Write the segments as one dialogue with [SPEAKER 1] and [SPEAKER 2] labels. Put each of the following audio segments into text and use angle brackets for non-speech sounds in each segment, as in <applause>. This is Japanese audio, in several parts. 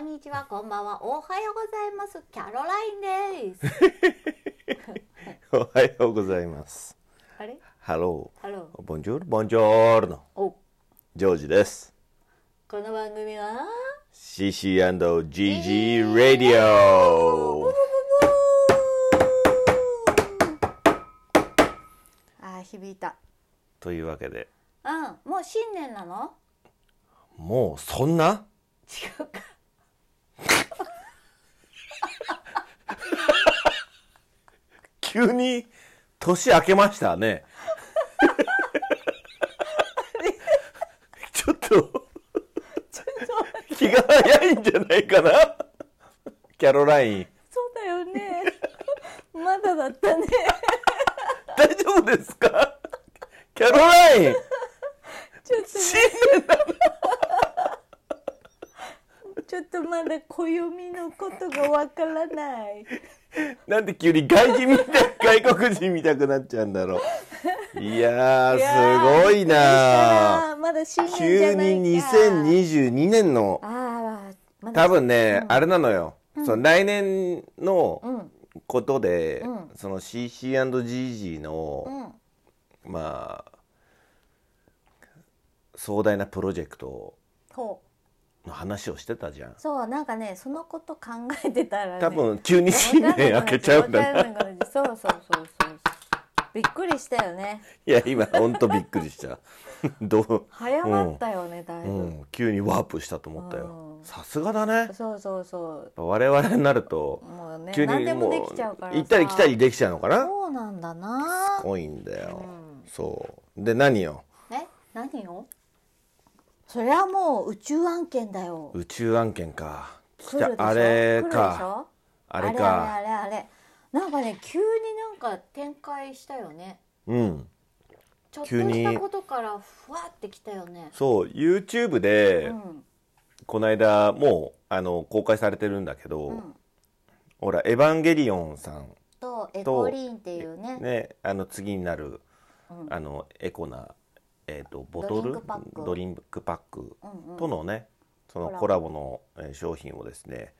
[SPEAKER 1] んにちは、こんばんは、おはようございます。キャロラインです。
[SPEAKER 2] <laughs> おはようございます。
[SPEAKER 1] <laughs> あれ、
[SPEAKER 2] ハロ
[SPEAKER 1] ハロー。
[SPEAKER 2] ー。ボンジョール、ボンジョールの
[SPEAKER 1] お、こ
[SPEAKER 2] ジョージです。
[SPEAKER 1] の番組は。
[SPEAKER 2] CC&GG Radio。
[SPEAKER 1] あー、響いた。
[SPEAKER 2] というわけで、
[SPEAKER 1] うん、もう新年なの。
[SPEAKER 2] もうそんな
[SPEAKER 1] 違うか。
[SPEAKER 2] 急に年明けましたね。ちょっと
[SPEAKER 1] ちょっと、
[SPEAKER 2] 気が早いんじゃないかなキャロライン。
[SPEAKER 1] そうだよね。 <laughs> まだだったね。
[SPEAKER 2] 大丈夫ですかキャロライン
[SPEAKER 1] ちょっと。
[SPEAKER 2] 新年だ
[SPEAKER 1] ちょっとまだ暦のことがわからない。
[SPEAKER 2] なんで急に外人みたい、外国人みたくなっちゃうんだろう。いや
[SPEAKER 1] いやー
[SPEAKER 2] ー、すごいな
[SPEAKER 1] びっくりした
[SPEAKER 2] ー。。
[SPEAKER 1] なまだ新年じ
[SPEAKER 2] 急
[SPEAKER 1] ゃないか。
[SPEAKER 2] に2022年の、
[SPEAKER 1] ああ、まだ。
[SPEAKER 2] 多分ね、あれなのよ。その来年
[SPEAKER 1] う
[SPEAKER 2] の
[SPEAKER 1] ん。
[SPEAKER 2] ことで
[SPEAKER 1] うん、
[SPEAKER 2] その CC&GG の、
[SPEAKER 1] うん。
[SPEAKER 2] まあ、壮大なプロジェクト
[SPEAKER 1] ほう。
[SPEAKER 2] の話をしてたじゃん。
[SPEAKER 1] そう、なんかね、そのこと考えてたら、ね。
[SPEAKER 2] 多分、急に新
[SPEAKER 1] わかん
[SPEAKER 2] 年
[SPEAKER 1] なくな
[SPEAKER 2] 明
[SPEAKER 1] っ
[SPEAKER 2] けちゃうんだ
[SPEAKER 1] わ
[SPEAKER 2] な。
[SPEAKER 1] かんなくなっちゃうそうそうそうそう。びっくりしたよね。
[SPEAKER 2] いや、今、ほんとびっくりした。どう
[SPEAKER 1] 早まったよね、だいぶ。
[SPEAKER 2] うん、急にワープしたと思ったよ
[SPEAKER 1] うん
[SPEAKER 2] さすがだね
[SPEAKER 1] そうそうそう。
[SPEAKER 2] 我々になると
[SPEAKER 1] もうね、
[SPEAKER 2] 急
[SPEAKER 1] 何
[SPEAKER 2] に
[SPEAKER 1] でも
[SPEAKER 2] もう
[SPEAKER 1] できちゃうからさ。
[SPEAKER 2] 行ったり来たり。できちゃうのかな
[SPEAKER 1] そうなんだな。
[SPEAKER 2] 多いんだよ
[SPEAKER 1] う
[SPEAKER 2] そうで何よ
[SPEAKER 1] え、何をそりゃもう宇宙案件だよ。
[SPEAKER 2] 宇宙案件か
[SPEAKER 1] 来るでしょ
[SPEAKER 2] あ
[SPEAKER 1] 来
[SPEAKER 2] れ
[SPEAKER 1] るでし
[SPEAKER 2] か
[SPEAKER 1] ょ
[SPEAKER 2] あれ
[SPEAKER 1] あ
[SPEAKER 2] か
[SPEAKER 1] れあれあれあれなんかね急になんか展開したよね
[SPEAKER 2] うん
[SPEAKER 1] ちょっと
[SPEAKER 2] 急に
[SPEAKER 1] したことからふわってきたよね
[SPEAKER 2] そう YouTube で
[SPEAKER 1] うん
[SPEAKER 2] この間もうあの公開されてるんだけ
[SPEAKER 1] う
[SPEAKER 2] ど
[SPEAKER 1] ん
[SPEAKER 2] ほら「エヴァンゲリオン」さん
[SPEAKER 1] とエコリーンっていうね
[SPEAKER 2] ねあの次になる
[SPEAKER 1] うん
[SPEAKER 2] あのエコなえーとボ
[SPEAKER 1] ド
[SPEAKER 2] ト
[SPEAKER 1] リン
[SPEAKER 2] ル
[SPEAKER 1] クパック
[SPEAKER 2] ドリンクパック
[SPEAKER 1] うんうん
[SPEAKER 2] とのねその
[SPEAKER 1] コ
[SPEAKER 2] コ
[SPEAKER 1] ラ
[SPEAKER 2] ラボのえー商品をですね、えー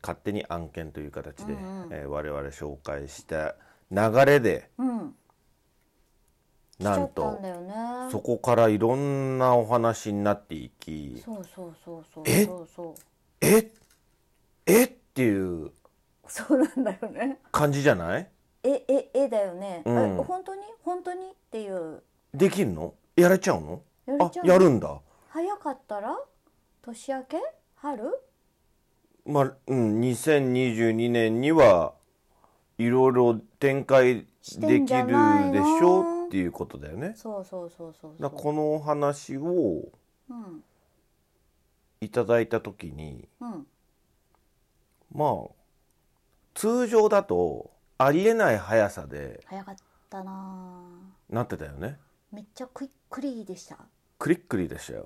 [SPEAKER 2] 勝手に案件という形で、
[SPEAKER 1] うんうん
[SPEAKER 2] えー我々紹介した流れで
[SPEAKER 1] うん
[SPEAKER 2] な
[SPEAKER 1] 来ちゃ
[SPEAKER 2] ん
[SPEAKER 1] った
[SPEAKER 2] と
[SPEAKER 1] んだよね
[SPEAKER 2] そこからいろんなお話になっていき
[SPEAKER 1] そうそうそうそう
[SPEAKER 2] え
[SPEAKER 1] そうそう
[SPEAKER 2] ええっていう
[SPEAKER 1] そうなんだよね <laughs>
[SPEAKER 2] 感じじゃない
[SPEAKER 1] えええだよね
[SPEAKER 2] うん
[SPEAKER 1] え本当に本当にっていう
[SPEAKER 2] できるのやれちゃうの
[SPEAKER 1] やれ
[SPEAKER 2] あ
[SPEAKER 1] ちゃうの
[SPEAKER 2] やるんだ
[SPEAKER 1] 早かったら年明け春
[SPEAKER 2] まあうん2022年にはいろいろ展開
[SPEAKER 1] して
[SPEAKER 2] で
[SPEAKER 1] ん
[SPEAKER 2] き
[SPEAKER 1] じゃ
[SPEAKER 2] る
[SPEAKER 1] ないの
[SPEAKER 2] でしょっていうことだよね。
[SPEAKER 1] そうそうそうそうそ
[SPEAKER 2] だ
[SPEAKER 1] う
[SPEAKER 2] からこのお話を
[SPEAKER 1] うん
[SPEAKER 2] いただいた時に
[SPEAKER 1] うん
[SPEAKER 2] まあ通常だとありえない速さで
[SPEAKER 1] 早かったなあ
[SPEAKER 2] なってたよね
[SPEAKER 1] めっちゃクイックリーでした
[SPEAKER 2] クリックリでしたよ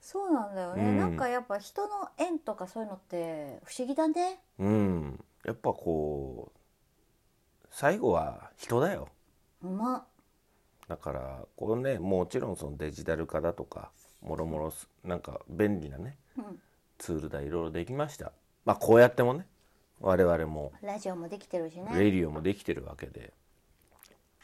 [SPEAKER 1] そうなんだよね、
[SPEAKER 2] うん
[SPEAKER 1] なんかやっぱ人の縁とかそういうのって不思議だね
[SPEAKER 2] うんやっぱこう最後は人だよ
[SPEAKER 1] うまっ
[SPEAKER 2] だからこうねもちろんそのデジタル化だとかもろもろすなんか便利なね
[SPEAKER 1] うん
[SPEAKER 2] ツールだいろいろできましたまあこうやってもね我々も
[SPEAKER 1] ラジオもできてるしね
[SPEAKER 2] レディオもできてるわけで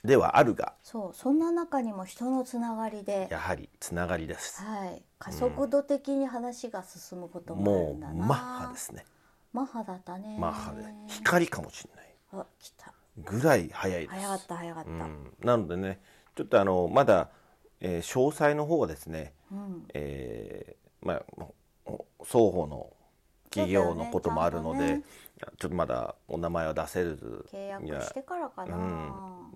[SPEAKER 2] ではあるが
[SPEAKER 1] そうそんな中にも人のつながりで
[SPEAKER 2] やはりつながりです
[SPEAKER 1] はい加速度的に話が進むこともある
[SPEAKER 2] も
[SPEAKER 1] ん
[SPEAKER 2] う
[SPEAKER 1] だな、
[SPEAKER 2] マッハですね
[SPEAKER 1] マッハだったね
[SPEAKER 2] マッハで光かもしれない
[SPEAKER 1] あ来た
[SPEAKER 2] ぐらい早いです
[SPEAKER 1] 早かった早かった、
[SPEAKER 2] うん、なのでねちょっとあのまだ、えー詳細の方はですね、
[SPEAKER 1] うん
[SPEAKER 2] えーまあもうお双方の企業のこともある
[SPEAKER 1] そ
[SPEAKER 2] の
[SPEAKER 1] うだ
[SPEAKER 2] で、
[SPEAKER 1] よね
[SPEAKER 2] ちょっとまだお名前は出せる
[SPEAKER 1] 契約
[SPEAKER 2] には
[SPEAKER 1] してからかな、
[SPEAKER 2] う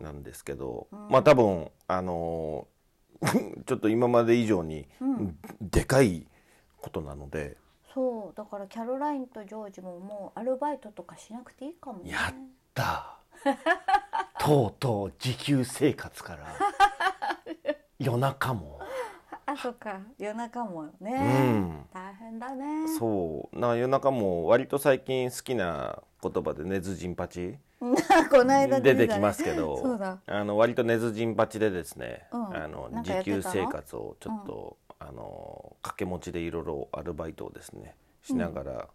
[SPEAKER 2] ん、なんですけど、
[SPEAKER 1] ん
[SPEAKER 2] まあ多分あのー <laughs> ちょっと今まで以上に、
[SPEAKER 1] うん
[SPEAKER 2] でかいことなので
[SPEAKER 1] そうだからキャロラインとジョージももうアルバイトとかしなくていいかもね
[SPEAKER 2] や
[SPEAKER 1] <laughs>
[SPEAKER 2] ったー
[SPEAKER 1] <laughs>
[SPEAKER 2] とうとう時給生活から夜中も
[SPEAKER 1] ああそっか夜中もね、
[SPEAKER 2] うん
[SPEAKER 1] 大変だね
[SPEAKER 2] そうな夜中も割と最近好きな言葉で「寝ずじんぱち」
[SPEAKER 1] <laughs> この間
[SPEAKER 2] 出
[SPEAKER 1] た
[SPEAKER 2] てきますけど、
[SPEAKER 1] そうだ
[SPEAKER 2] あの割と寝ずじんぱちでですね、
[SPEAKER 1] うん
[SPEAKER 2] あの
[SPEAKER 1] なんかや
[SPEAKER 2] 時
[SPEAKER 1] ってた
[SPEAKER 2] 給
[SPEAKER 1] の
[SPEAKER 2] 生活をちょっと、あの掛け持ちでいろいろアルバイトをですねしながら、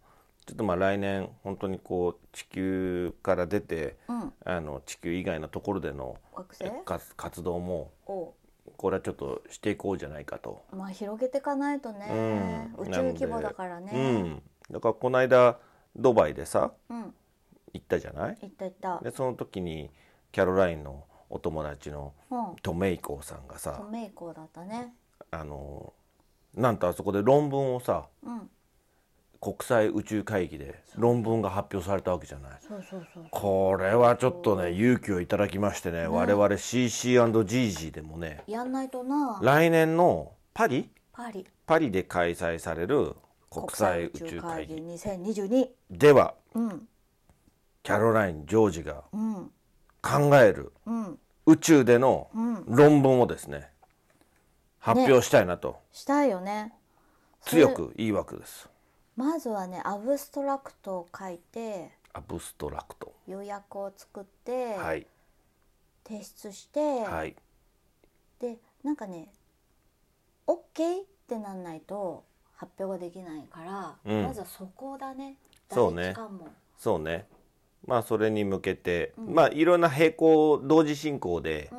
[SPEAKER 2] ちょっとまあ来年本当にこう地球から出て、
[SPEAKER 1] うん
[SPEAKER 2] あの地球以外のところでの
[SPEAKER 1] 惑星
[SPEAKER 2] か活動も
[SPEAKER 1] を
[SPEAKER 2] これはちょっとしていこうじゃないかと。
[SPEAKER 1] まあ広げていかないとね、
[SPEAKER 2] う
[SPEAKER 1] 宇
[SPEAKER 2] ん
[SPEAKER 1] 宙規模だから
[SPEAKER 2] う
[SPEAKER 1] ね
[SPEAKER 2] ん、だからこの間ドバイでさ
[SPEAKER 1] うん、
[SPEAKER 2] 行ったじゃない
[SPEAKER 1] いったいった
[SPEAKER 2] でその時にキャロラインのお友達の
[SPEAKER 1] うん
[SPEAKER 2] トメイコーさんがさ、
[SPEAKER 1] 著名校だったね
[SPEAKER 2] あのなんとあそこで論文をさ
[SPEAKER 1] うん
[SPEAKER 2] 国際宇宙会議で論文が発表されたわけじゃない
[SPEAKER 1] そうそうそう
[SPEAKER 2] これはちょっとね勇気をいただきましてね、我々 CC&GG でもね
[SPEAKER 1] やんないとな
[SPEAKER 2] 来年のパリ
[SPEAKER 1] パリ
[SPEAKER 2] パリで開催される国際宇宙会議
[SPEAKER 1] 国際宇宙会議2022
[SPEAKER 2] では
[SPEAKER 1] うん
[SPEAKER 2] キャロライン・ジョージが
[SPEAKER 1] うん
[SPEAKER 2] 考える
[SPEAKER 1] うん
[SPEAKER 2] 宇宙での
[SPEAKER 1] うん
[SPEAKER 2] 論文をですね発表したいなと
[SPEAKER 1] したいよねそれ
[SPEAKER 2] 強く言い訳です。
[SPEAKER 1] まずはねアブストラクトを書いて
[SPEAKER 2] アブストラクト、
[SPEAKER 1] 予約を作って、
[SPEAKER 2] はい
[SPEAKER 1] 提出して、
[SPEAKER 2] はい
[SPEAKER 1] でなんかね OK ってなんないと発表ができないから、
[SPEAKER 2] うん
[SPEAKER 1] まずはそこだね
[SPEAKER 2] そうね
[SPEAKER 1] 第一関門
[SPEAKER 2] そうねまあそれに向けて、まあいろんな並行同時進行で,、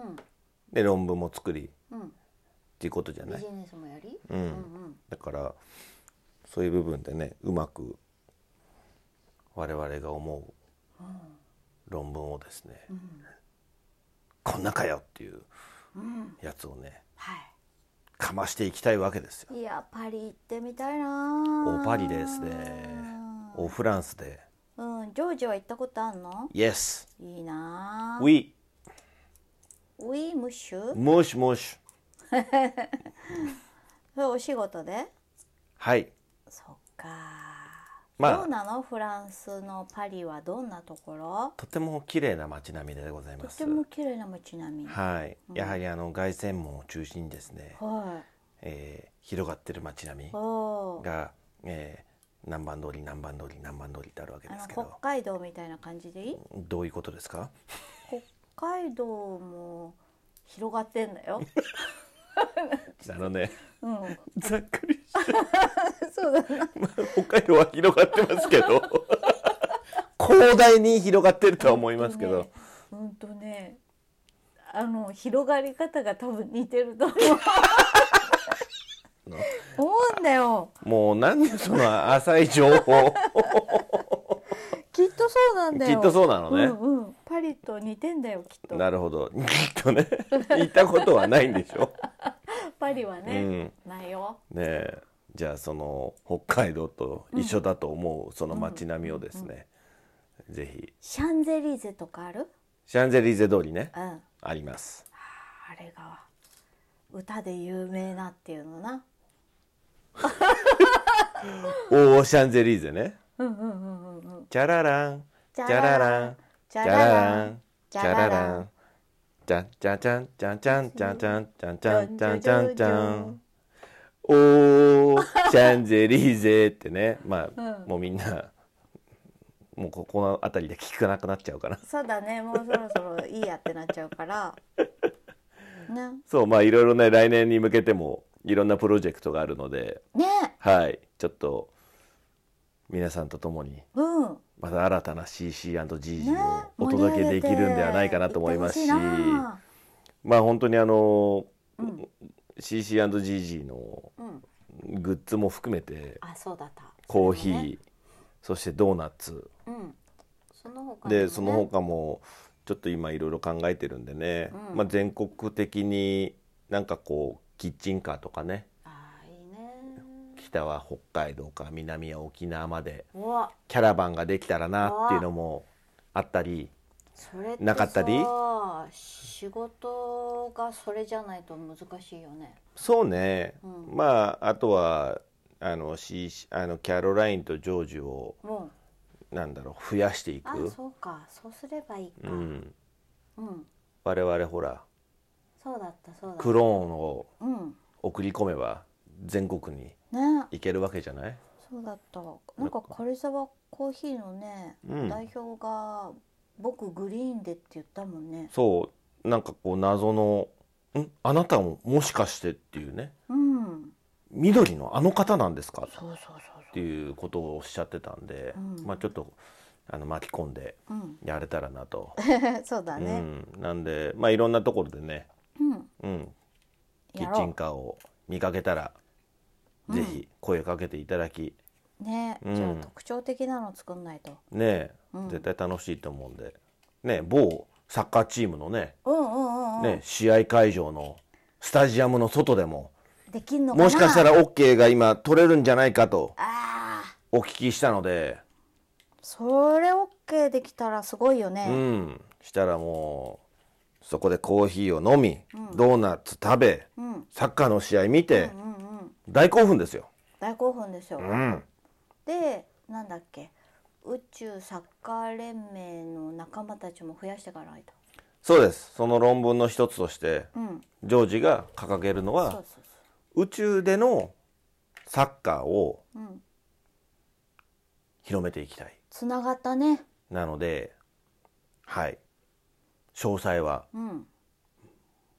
[SPEAKER 2] で論文も作りっ
[SPEAKER 1] うんうん
[SPEAKER 2] ていうことじゃな
[SPEAKER 1] ビ
[SPEAKER 2] い、
[SPEAKER 1] ジネスもやり、
[SPEAKER 2] うん
[SPEAKER 1] うん
[SPEAKER 2] だからそういう部分でねうまく我々が思う論文をですね、こんなかよっていうやつをね
[SPEAKER 1] は
[SPEAKER 2] かましていきたいわけですよ。
[SPEAKER 1] いいやパリ行ってみたいな
[SPEAKER 2] おパリですねおフランスで
[SPEAKER 1] うんジョージは行ったことあんの
[SPEAKER 2] Yes
[SPEAKER 1] いいなウィ
[SPEAKER 2] we
[SPEAKER 1] ウィムッシュ
[SPEAKER 2] もしもし
[SPEAKER 1] それお仕事で
[SPEAKER 2] はい
[SPEAKER 1] そっか
[SPEAKER 2] まあ
[SPEAKER 1] どうなのフランスのパリはどんなところ
[SPEAKER 2] とても綺麗な街並みでございま
[SPEAKER 1] と
[SPEAKER 2] す。
[SPEAKER 1] ても綺麗な街並み
[SPEAKER 2] はい、やはりあの凱旋門を中心にですね、
[SPEAKER 1] は
[SPEAKER 2] えー広がってる街並み
[SPEAKER 1] い。おー
[SPEAKER 2] が、えー南蛮通り南蛮通り南蛮通りってあるわけ
[SPEAKER 1] あ
[SPEAKER 2] で
[SPEAKER 1] の
[SPEAKER 2] すけ
[SPEAKER 1] 北
[SPEAKER 2] ど
[SPEAKER 1] 海道みたいな感じでいい？
[SPEAKER 2] どういうことですか
[SPEAKER 1] 北海道も広がってんだ
[SPEAKER 2] <laughs>
[SPEAKER 1] よ。
[SPEAKER 2] あのね
[SPEAKER 1] うん。
[SPEAKER 2] ざっくり
[SPEAKER 1] そうだな。
[SPEAKER 2] 北海道は広がってますけど広大に広がってるとは思いますけど、
[SPEAKER 1] うんとね、あの広がり方が多分似てると
[SPEAKER 2] <laughs>
[SPEAKER 1] 思う。思うんだよ。
[SPEAKER 2] もうなんでその浅い情
[SPEAKER 1] <laughs>
[SPEAKER 2] 報
[SPEAKER 1] きっとそうなんだ
[SPEAKER 2] き
[SPEAKER 1] よ。
[SPEAKER 2] っとそうなのね、
[SPEAKER 1] うんうん。パリと似てんだよきっと。
[SPEAKER 2] なるほどきっとね <laughs> 行ったことはないんでしょ、
[SPEAKER 1] パリは
[SPEAKER 2] う
[SPEAKER 1] ね、
[SPEAKER 2] ん
[SPEAKER 1] ないよ。
[SPEAKER 2] ねえじゃあその北海道と一緒だと思うその街並みをですね、ぜひ
[SPEAKER 1] シャンゼリゼとかある？
[SPEAKER 2] シャンゼリゼ通りね
[SPEAKER 1] うん。あ
[SPEAKER 2] あります
[SPEAKER 1] れが歌で有名なっていうのな。
[SPEAKER 2] おおシャンゼリゼね
[SPEAKER 1] うんうんうんうんうん。
[SPEAKER 2] チャラランチ
[SPEAKER 1] チ
[SPEAKER 2] ャ
[SPEAKER 1] ャラ
[SPEAKER 2] ララ
[SPEAKER 1] ラ
[SPEAKER 2] ン
[SPEAKER 1] ンチ
[SPEAKER 2] チャ
[SPEAKER 1] ャララン
[SPEAKER 2] ラランチャラランじゃんじゃんじゃんじゃんじゃんじゃんじゃんじゃんじゃんじゃんじゃんじゃんおーシャンゼリゼってねまあ、もうみんなもうここの辺りで聞かなくなっちゃうかな
[SPEAKER 1] そうだね、もうそろそろいいやってなっちゃう
[SPEAKER 2] <laughs>
[SPEAKER 1] から。ね、
[SPEAKER 2] そうまあいろいろね来年に向けてもいろんなプロジェクトがあるので
[SPEAKER 1] ね、
[SPEAKER 2] はいちょっと皆さんと共に
[SPEAKER 1] うん、
[SPEAKER 2] また新たな CC&GG
[SPEAKER 1] ね
[SPEAKER 2] を、お届けできるんではないかなと思いますし
[SPEAKER 1] 盛り上げて行ってほしいな
[SPEAKER 2] まあ本当にあの、CC&GG の
[SPEAKER 1] うん、
[SPEAKER 2] グッズも含めて
[SPEAKER 1] あ、そうだった。
[SPEAKER 2] コーヒ
[SPEAKER 1] そうだね
[SPEAKER 2] ーそしてドーナツ
[SPEAKER 1] うん。その他にもね
[SPEAKER 2] でその他もちょっと今いろいろ考えてるんでね、
[SPEAKER 1] うん
[SPEAKER 2] まあ、全国的になんかこうキッチンカーとかね
[SPEAKER 1] あー、いいね。
[SPEAKER 2] 北は北海道から南は沖縄まで
[SPEAKER 1] うわ、
[SPEAKER 2] キャラバンができたらなっていうのもあったり
[SPEAKER 1] それってさ
[SPEAKER 2] なかったり
[SPEAKER 1] 仕事がそれじゃないと難しいよね。
[SPEAKER 2] そうね、
[SPEAKER 1] うん
[SPEAKER 2] まああとはあの、C、あのキャロラインとジョージを
[SPEAKER 1] も、
[SPEAKER 2] なんだろう増やしていう
[SPEAKER 1] あ
[SPEAKER 2] く、
[SPEAKER 1] そうか、そうすればいいか。
[SPEAKER 2] うん、
[SPEAKER 1] うん、
[SPEAKER 2] 我々ほら
[SPEAKER 1] そうだった、そうだった。
[SPEAKER 2] クローンを
[SPEAKER 1] うん。
[SPEAKER 2] 送り込めば全国に
[SPEAKER 1] ね
[SPEAKER 2] 行けるわけじゃない
[SPEAKER 1] そうだったなんかカリサワコーヒーのね、
[SPEAKER 2] うん
[SPEAKER 1] 代表が「僕グリーンで」って言ったもんね
[SPEAKER 2] そうなんかこう謎の「んあなたももしかして」っていうね
[SPEAKER 1] うん
[SPEAKER 2] 緑のあの方なんですか
[SPEAKER 1] そうそうそうそう
[SPEAKER 2] っていうことをおっしゃってたんで、
[SPEAKER 1] うん
[SPEAKER 2] まあちょっとあの巻き込んで
[SPEAKER 1] うん
[SPEAKER 2] やれたらなと、
[SPEAKER 1] そうだね
[SPEAKER 2] うん、なんでまあいろんなところでね、
[SPEAKER 1] うん、
[SPEAKER 2] うん、キ
[SPEAKER 1] や
[SPEAKER 2] ッチ
[SPEAKER 1] ろ
[SPEAKER 2] ンカーを見かけた
[SPEAKER 1] う
[SPEAKER 2] ら、
[SPEAKER 1] ん
[SPEAKER 2] ぜひ声かけていただき
[SPEAKER 1] うね、
[SPEAKER 2] うん
[SPEAKER 1] じゃあ特徴的なの作んないと
[SPEAKER 2] ねえ、
[SPEAKER 1] うん
[SPEAKER 2] 絶対楽しいと思うんでねえ某サッカーチームのね,、
[SPEAKER 1] うんうんうん、
[SPEAKER 2] ねえ試合会場のスタジアムの外でも
[SPEAKER 1] できんのかな
[SPEAKER 2] もしかしたら OK が今取れるんじゃないかと
[SPEAKER 1] あー
[SPEAKER 2] お聞きしたので、
[SPEAKER 1] それ OK できたらすごいよね、
[SPEAKER 2] うんしたらもうそこでコーヒーを飲み、ドーナツ食べ、
[SPEAKER 1] ん
[SPEAKER 2] サッカーの試合見て、
[SPEAKER 1] うんうん
[SPEAKER 2] 大興奮ですよ。
[SPEAKER 1] 大興奮ですよ、
[SPEAKER 2] うん
[SPEAKER 1] でなんだっけ宇宙サッカー連盟の仲間たちも増やしていかないと
[SPEAKER 2] そうですその論文の一つとして
[SPEAKER 1] うん
[SPEAKER 2] ジョージが掲げるの
[SPEAKER 1] そうそ
[SPEAKER 2] は
[SPEAKER 1] うそう
[SPEAKER 2] 宇宙でのサッカーを
[SPEAKER 1] うん
[SPEAKER 2] 広めていきたい
[SPEAKER 1] つながったね
[SPEAKER 2] なのではい詳細は
[SPEAKER 1] うん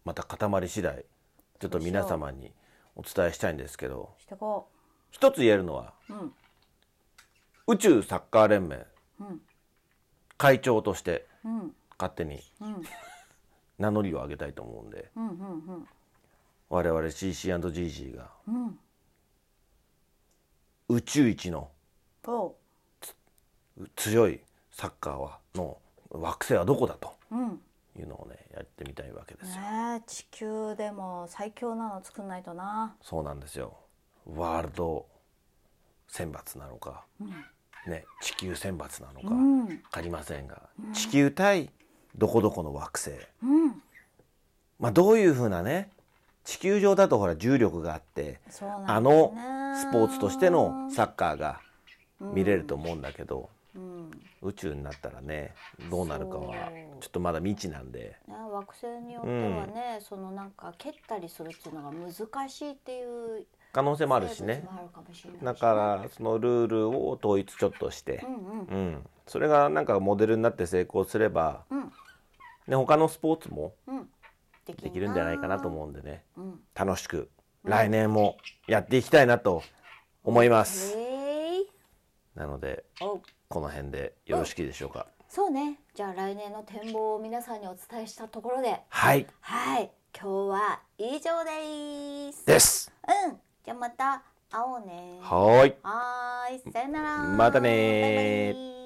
[SPEAKER 2] また固まり次第ちょっと皆様にお伝えしたいんですけど
[SPEAKER 1] してこ
[SPEAKER 2] 一つ言えるのは
[SPEAKER 1] ううん
[SPEAKER 2] 宇宙サッカー連盟
[SPEAKER 1] うん
[SPEAKER 2] 会長として
[SPEAKER 1] うん
[SPEAKER 2] 勝手に
[SPEAKER 1] うん
[SPEAKER 2] 名乗りを上げたいと思うんで
[SPEAKER 1] うんうん
[SPEAKER 2] 我々 CC&GG が
[SPEAKER 1] うんうん
[SPEAKER 2] 宇宙一の
[SPEAKER 1] そ
[SPEAKER 2] 強いサッカーはの惑星はどこだと
[SPEAKER 1] ううん
[SPEAKER 2] いうのをねやってみたいわけですよ
[SPEAKER 1] ねえ地球でも最強なの作んないとな
[SPEAKER 2] そうなんですよワールド選抜なのか、ね、地球選抜なのか、
[SPEAKER 1] うん
[SPEAKER 2] 分かりませんが、地球対どこどこの惑星、
[SPEAKER 1] うん
[SPEAKER 2] まあ、どういうふうなね地球上だとほら重力があって
[SPEAKER 1] そうなんだ
[SPEAKER 2] あのスポーツとしてのサッカーが見れると思うんだけど、
[SPEAKER 1] うんね
[SPEAKER 2] 宇宙になったらねどうなるかは
[SPEAKER 1] そう
[SPEAKER 2] ちょっとまだ未知なんで
[SPEAKER 1] 惑星によってはね、そのなんか蹴ったりするっていうのが難しいっていう
[SPEAKER 2] 可能性もあるし
[SPEAKER 1] 生
[SPEAKER 2] ね
[SPEAKER 1] 物もあるかもしれないしね
[SPEAKER 2] だからそのルールを統一ちょっとして。
[SPEAKER 1] うんうん
[SPEAKER 2] うん、それがなんかモデルになって成功すれば、
[SPEAKER 1] うん
[SPEAKER 2] ね、他のスポーツも
[SPEAKER 1] うんで
[SPEAKER 2] できるんじゃないかなと思うんでね
[SPEAKER 1] うん
[SPEAKER 2] 楽しく来年もやっていきたいなと思います、
[SPEAKER 1] へい
[SPEAKER 2] なので
[SPEAKER 1] お
[SPEAKER 2] この辺でよろしいでしょうか、
[SPEAKER 1] そうねじゃあ来年の展望を皆さんにお伝えしたところで
[SPEAKER 2] はい
[SPEAKER 1] はい今日は以上です
[SPEAKER 2] です
[SPEAKER 1] うんじゃあまた会おうね
[SPEAKER 2] はーい
[SPEAKER 1] はーいさよなら
[SPEAKER 2] またねー
[SPEAKER 1] バイバイ